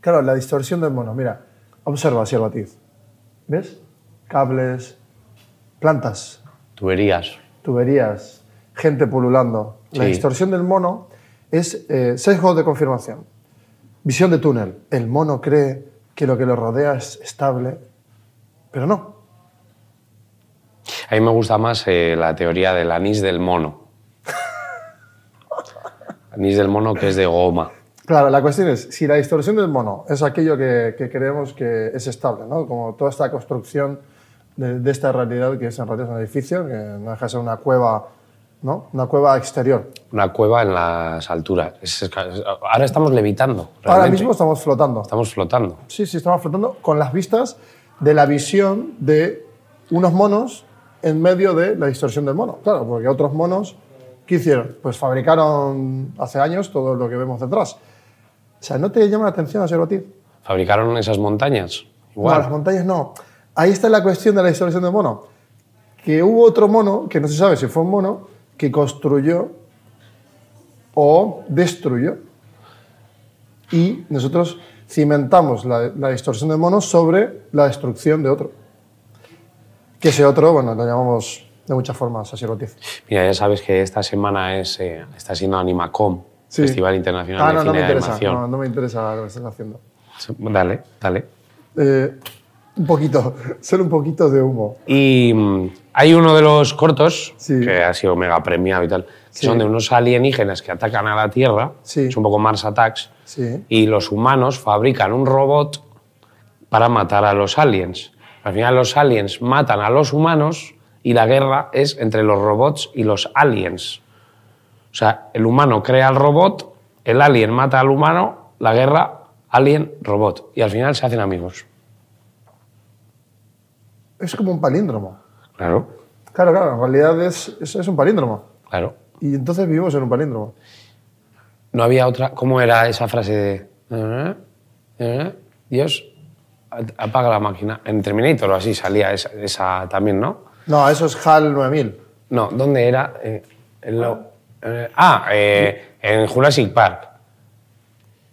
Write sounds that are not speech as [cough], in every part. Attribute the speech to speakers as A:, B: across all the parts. A: Claro, la distorsión del mono. Mira, observa hacia el batiz. ¿Ves? Cables, plantas,
B: Tuberías.
A: tuberías, gente pululando. La
B: Sí.
A: distorsión del mono es eh, sesgo de confirmación. Visión de túnel. El mono cree que lo que lo rodea es estable, pero no.
B: A mí me gusta más eh, la teoría del anís
A: [laughs]
B: del mono. anís del mono que es de goma.
A: Claro, la cuestión es, si la distorsión del mono es aquello que, que creemos que es estable, ¿no? como toda esta construcción de, de esta realidad que es en realidad un edificio, que no deja de ser una cueva, ¿no? una cueva exterior.
B: Una cueva en las alturas. Es- es- ahora estamos levitando.
A: Ahora
B: realmente.
A: mismo estamos flotando.
B: Estamos flotando.
A: Sí, sí, estamos flotando con las vistas de la visión de unos monos en medio de la distorsión del mono. Claro, porque otros monos, ¿qué hicieron? Pues fabricaron hace años todo lo que vemos detrás. O sea, ¿no te llama la atención hacer batir?
B: Fabricaron esas montañas.
A: No,
B: Igual.
A: las montañas no. Ahí está la cuestión de la distorsión del mono. Que hubo otro mono, que no se sabe si fue un mono, que construyó o destruyó. Y nosotros cimentamos la, la distorsión del mono sobre la destrucción de otro. Que ese otro, bueno, lo llamamos de muchas formas, así lo dice.
B: Mira, ya sabes que esta semana es, eh, está siendo Animacom,
A: Sí.
B: Festival Internacional
A: Ah,
B: de
A: no,
B: Cine
A: no me
B: de
A: interesa.
B: Animación.
A: No, no me interesa lo que estás haciendo.
B: Dale, dale.
A: Eh, un poquito, [laughs] solo un poquito de humo.
B: Y mm, hay uno de los cortos,
A: Sí.
B: que ha sido mega premiado y tal, que
A: Sí.
B: son de unos alienígenas que atacan a la Tierra,
A: Sí.
B: es un poco Mars Attacks,
A: Sí.
B: y los humanos fabrican un robot para matar a los aliens. Al final los aliens matan a los humanos y la guerra es entre los robots y los aliens. O sea, el humano crea al robot, el alien mata al humano, la guerra alien-robot. Y al final se hacen amigos.
A: Es como un palíndromo.
B: Claro,
A: Claro, claro, en realidad es, es, es un palíndromo.
B: claro.
A: Y entonces vivimos en un palíndromo.
B: No había otra. ¿Cómo era esa frase de. "Eh, Dios, a- apaga la máquina? En Terminator o así salía esa, esa también, ¿no?
A: No, eso es HAL 9000.
B: No, ¿dónde era? Eh, en lo- eh, ah, eh, en Jurassic Park.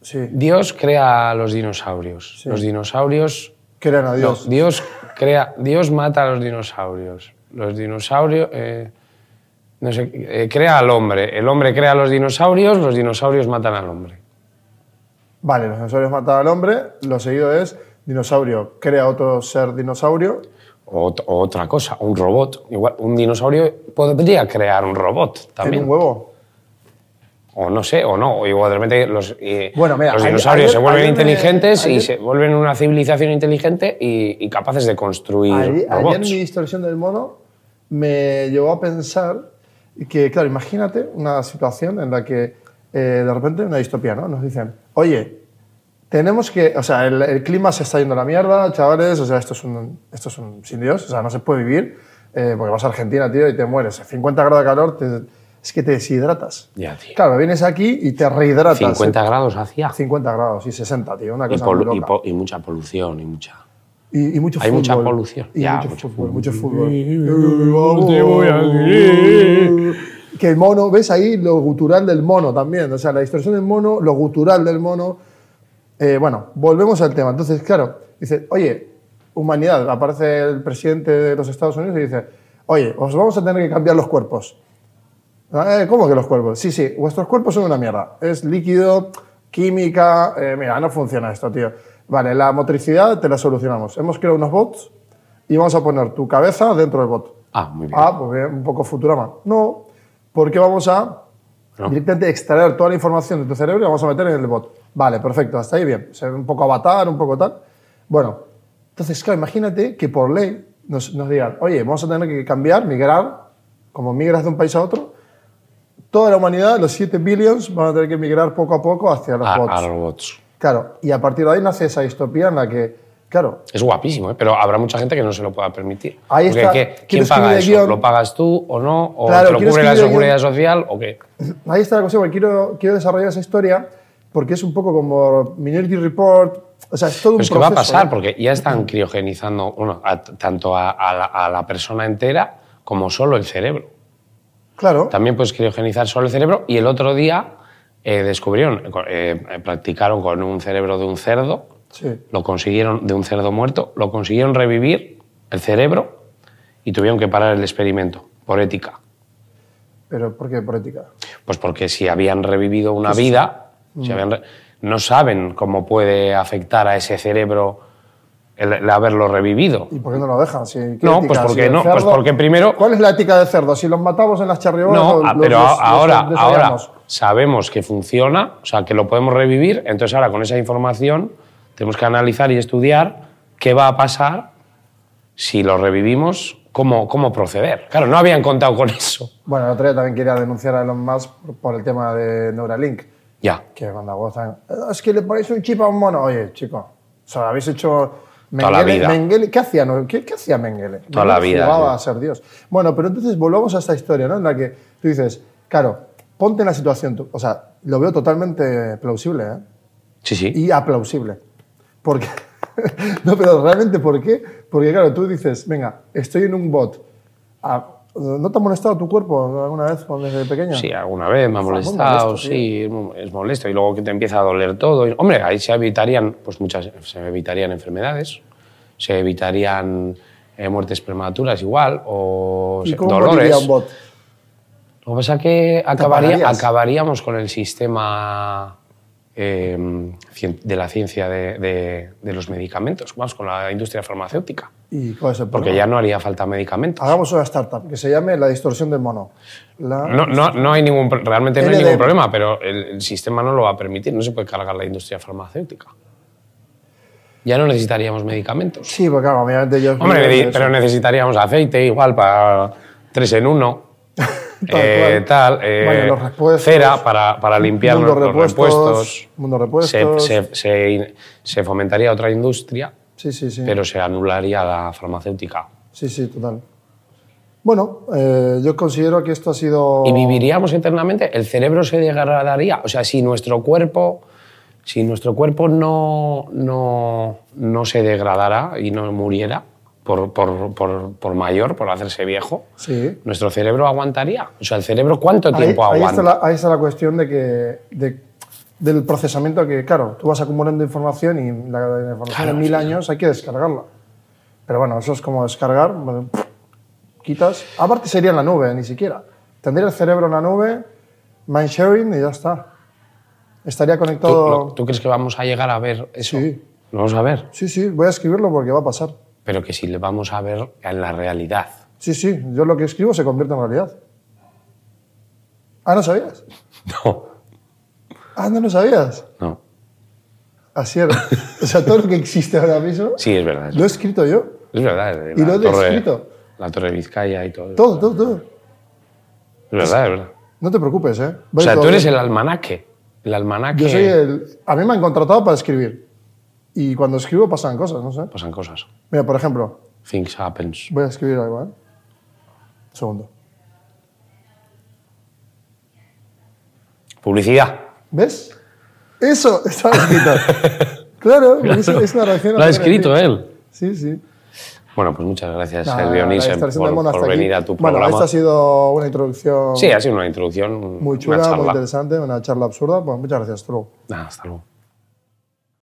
A: Sí,
B: Dios crea a los dinosaurios.
A: Sí.
B: Los dinosaurios.
A: crean a
B: no,
A: Dios.
B: Dios crea. Dios mata a los dinosaurios. Los dinosaurios. eh, no sé, eh, crea al hombre. El hombre crea a los dinosaurios, los dinosaurios matan al hombre.
A: Vale, los dinosaurios matan al hombre, lo seguido es dinosaurio crea otro ser dinosaurio.
B: O, ot- o otra cosa, un robot. Igual, un dinosaurio podría crear un robot
A: ¿Tiene
B: también.
A: un huevo?
B: O no sé, o no. O igual de repente los, eh,
A: Bueno, mira,
B: los
A: ayer-
B: dinosaurios se
A: ayer-
B: vuelven
A: ayer me-
B: inteligentes y
A: ayer-
B: se vuelven una civilización inteligente y, y capaces de construir
A: Ayer, ayer
B: robots.
A: mi distorsión del mono me llevó a pensar que, claro, imagínate una situación en la que eh, de repente una distopía, ¿no? Nos dicen, oye, tenemos que, o sea, el, el clima se está yendo a la mierda, chavales, o sea, esto es un, esto es un sin Dios, o sea, no se puede vivir, eh, porque vas a Argentina, tío, y te mueres. 50 grados de calor, te- es que te deshidratas.
B: Ya, tío.
A: Claro, vienes aquí y te rehidratas.
B: 50 grados hacía.
A: 50 grados y 60, tío, una
B: Y,
A: cosa
B: polu-
A: muy
B: y
A: loca.
B: po- y mucha polución y mucha.
A: Y, y mucho
B: Hay
A: fútbol.
B: mucha polución.
A: Y
B: Ya,
A: mucho,
B: mucho
A: fútbol, mucho fútbol. oh, Que el mono, ves ahí lo gutural del mono también. O sea, la distorsión del mono, lo gutural del mono. Eh, bueno, volvemos al tema. Entonces, claro, dice, oye, humanidad, aparece el presidente de los Estados Unidos y dice, oye, os vamos a tener que cambiar los cuerpos. Eh, ¿Cómo que los cuerpos? Sí, sí, vuestros cuerpos son una mierda. Es líquido, química. eh, mira, no funciona esto, tío. Vale, la motricidad te la solucionamos. Hemos creado unos bots y vamos a poner tu cabeza dentro del bot.
B: Ah, muy bien.
A: Ah, pues bien, un poco Futurama. No, porque vamos a
B: No.
A: directamente extraer toda la información de tu cerebro y la vamos a meter en el bot. Vale, perfecto, hasta ahí bien. O sea, un poco avatar, un poco tal. Bueno, entonces, claro, imagínate que por ley nos, nos digan, oye, vamos a tener que cambiar, migrar, como migras de un país a otro, toda la humanidad, los 7 billions, van a tener que migrar poco a poco hacia los
B: A-
A: bots.
B: a Ah, robots.
A: Claro, y a partir de ahí nace esa distopía en la que, claro,
B: Es guapísimo, ¿eh? pero habrá mucha gente que no se lo pueda permitir.
A: Ahí
B: Porque,
A: está.
B: ¿qué-
A: ¿Quieres
B: ¿Quién paga
A: escribir
B: eso?
A: el guión?
B: ¿Lo pagas tú o no? ¿O
A: Claro,
B: te lo
A: ¿quieres
B: cubre la
A: escribir el
B: seguridad social o qué?
A: Ahí está la cuestión, porque quiero, quiero desarrollar esa historia porque es un poco como Minority Report, o sea, es todo un
B: Pero es que va
A: proceso.
B: a pasar,
A: ¿no?
B: porque ya están criogenizando bueno, a- tanto a, a la, a la persona entera como solo el cerebro.
A: Claro,
B: También puedes criogenizar solo el cerebro y el otro día eh, descubrieron, eh, practicaron con un cerebro de un cerdo,
A: Sí.
B: lo consiguieron de un cerdo muerto, lo consiguieron revivir el cerebro y tuvieron que parar el experimento por ética.
A: Pero ¿por qué por ética?
B: Pues porque si habían revivido una vida,
A: Mm.
B: si habían re- no saben cómo puede afectar a ese cerebro el, el haberlo revivido.
A: ¿Y por qué no lo dejan? Si, ¿qué
B: No,
A: ética?
B: pues
A: Si
B: porque
A: el
B: no, pues porque primero-
A: ¿Cuál es la ética del cerdo? Si los matamos en las charriolas.
B: No,
A: los-
B: ah,
A: los-
B: pero
A: los-
B: a-
A: los
B: ahora, ahora
A: desollamos.
B: sabemos que funciona, o sea, que lo podemos revivir, entonces ahora con esa información tenemos que analizar y estudiar qué va a pasar si lo revivimos, cómo, cómo proceder. Claro, no habían contado con eso.
A: Bueno, el otro día también quería denunciar a Elon Musk por- por el tema de Neuralink.
B: Ya.
A: Que cuando gozan. "Oh, Es que le ponéis un chip a un mono. Oye, chico, o sea, habéis hecho.
B: Toda la vida.
A: Mengele- ¿qué, hacía, no? ¿Qué, qué hacía Mengele?
B: Toda la
A: Mengele
B: vida,
A: Jugaba
B: sí.
A: a ser Dios. Bueno, pero entonces volvamos a esta historia, ¿no? En la que tú dices, claro, ponte en la situación. tú- O sea, lo veo totalmente plausible, ¿eh?
B: Sí, sí.
A: y aplausible. Porque, [laughs] no, pero realmente, ¿por qué? Porque, claro, tú dices, venga, estoy en un bot. Ah, ¿No te ha molestado tu cuerpo alguna vez cuando desde pequeño?
B: Sí, alguna vez me ha
A: Joder, muy
B: molestado,
A: molesto,
B: sí, es mo- es molesto. Y luego que te empieza a doler todo. y- hombre, ahí se evitarían, pues muchas, se evitarían enfermedades, se evitarían eh, muertes prematuras igual, o
A: ¿Y
B: se-
A: cómo
B: pues, dolores.
A: moriría un bot?
B: Lo que pasa es que acabaría,
A: apagarías.
B: acabaríamos con el sistema eh, cien- de la ciencia de, de- de los medicamentos, vamos, con la industria farmacéutica.
A: ¿Y cuál es el
B: Porque
A: problema?
B: ya no haría falta medicamentos.
A: Hagamos una startup que se llame la distorsión del mono. La-
B: No, no, no hay ningún, pro- realmente no hay
A: LDM.
B: ningún problema, pero el, el sistema no lo va a permitir, no se puede cargar la industria farmacéutica. Ya no necesitaríamos medicamentos.
A: Sí, porque claro, obviamente yo...
B: Hombre,
A: yo-
B: ne- pero necesitaríamos aceite igual para tres en uno, eh,
A: cual.
B: tal, eh,
A: Bueno, los repuestos,
B: cera para, para limpiar
A: mundo
B: los, los repuestos.
A: Mundo repuestos.
B: Se, se- se- se fomentaría otra industria,
A: Sí, sí, sí.
B: pero se anularía la farmacéutica.
A: Sí, sí, total. Bueno, eh, yo considero que esto ha sido...
B: y viviríamos eternamente, el cerebro se degradaría. O sea, si nuestro cuerpo, si nuestro cuerpo no, no, no se degradara y no muriera por, por- por- por mayor, por hacerse viejo,
A: Sí.
B: nuestro cerebro aguantaría. O sea, el cerebro, ¿cuánto
A: Ahí,
B: tiempo
A: ahí está
B: aguanta?
A: la, ahí está la cuestión de que, de- del procesamiento que, claro, tú vas acumulando información y la, la información
B: Claro,
A: de mil
B: sí.
A: años hay que descargarla. Pero bueno, eso es como descargar, bueno, quitas. Aparte sería en la nube, ni siquiera. Tendría el cerebro en la nube, mind sharing y ya está. Estaría
B: ¿Tú,
A: conectado.
B: lo- tú crees que vamos a llegar a ver eso?
A: Sí.
B: Lo vamos a ver,
A: Sí, sí, voy a escribirlo porque va a pasar.
B: pero que si le vamos a ver en la realidad.
A: Sí, sí, yo lo que escribo se convierte en realidad. Ah, ¿no sabías?
B: [laughs] No,
A: Ah, no lo sabías.
B: no.
A: Así era. O sea, todo lo que existe ahora mismo
B: Sí, es verdad.
A: Lo he escrito yo.
B: Es verdad.
A: Y lo he
B: torre-
A: descrito.
B: La Torre Vizcaya y todo.
A: Todo, todo, todo.
B: Es verdad, es verdad.
A: No te preocupes, ¿eh?
B: O
A: Vais
B: sea,
A: todo
B: tú eres
A: bien.
B: el almanaque. El almanaque.
A: Yo soy el... A mí me han contratado para escribir. Y cuando escribo pasan cosas, no sé.
B: Pasan cosas.
A: Mira, por ejemplo,
B: Things happens.
A: voy a escribir algo, ¿eh? Un segundo.
B: Publicidad.
A: ¿Ves? Eso estaba
B: [laughs]
A: escrito. claro, porque es- es una reacción.
B: Lo ha escrito ¿eh?
A: automática.
B: él.
A: Sí, sí.
B: Bueno, pues muchas gracias,
A: Nada,
B: Sergio Nissen,
A: la distorsión del mono
B: por,
A: hasta
B: por
A: aquí.
B: venir a tu
A: Bueno,
B: programa.
A: esta ha sido una introducción
B: Sí, ha sido una introducción.
A: muy
B: una
A: chula, muy
B: charla.
A: interesante, una charla absurda. Pues muchas gracias, Tru.
B: Nada, hasta luego.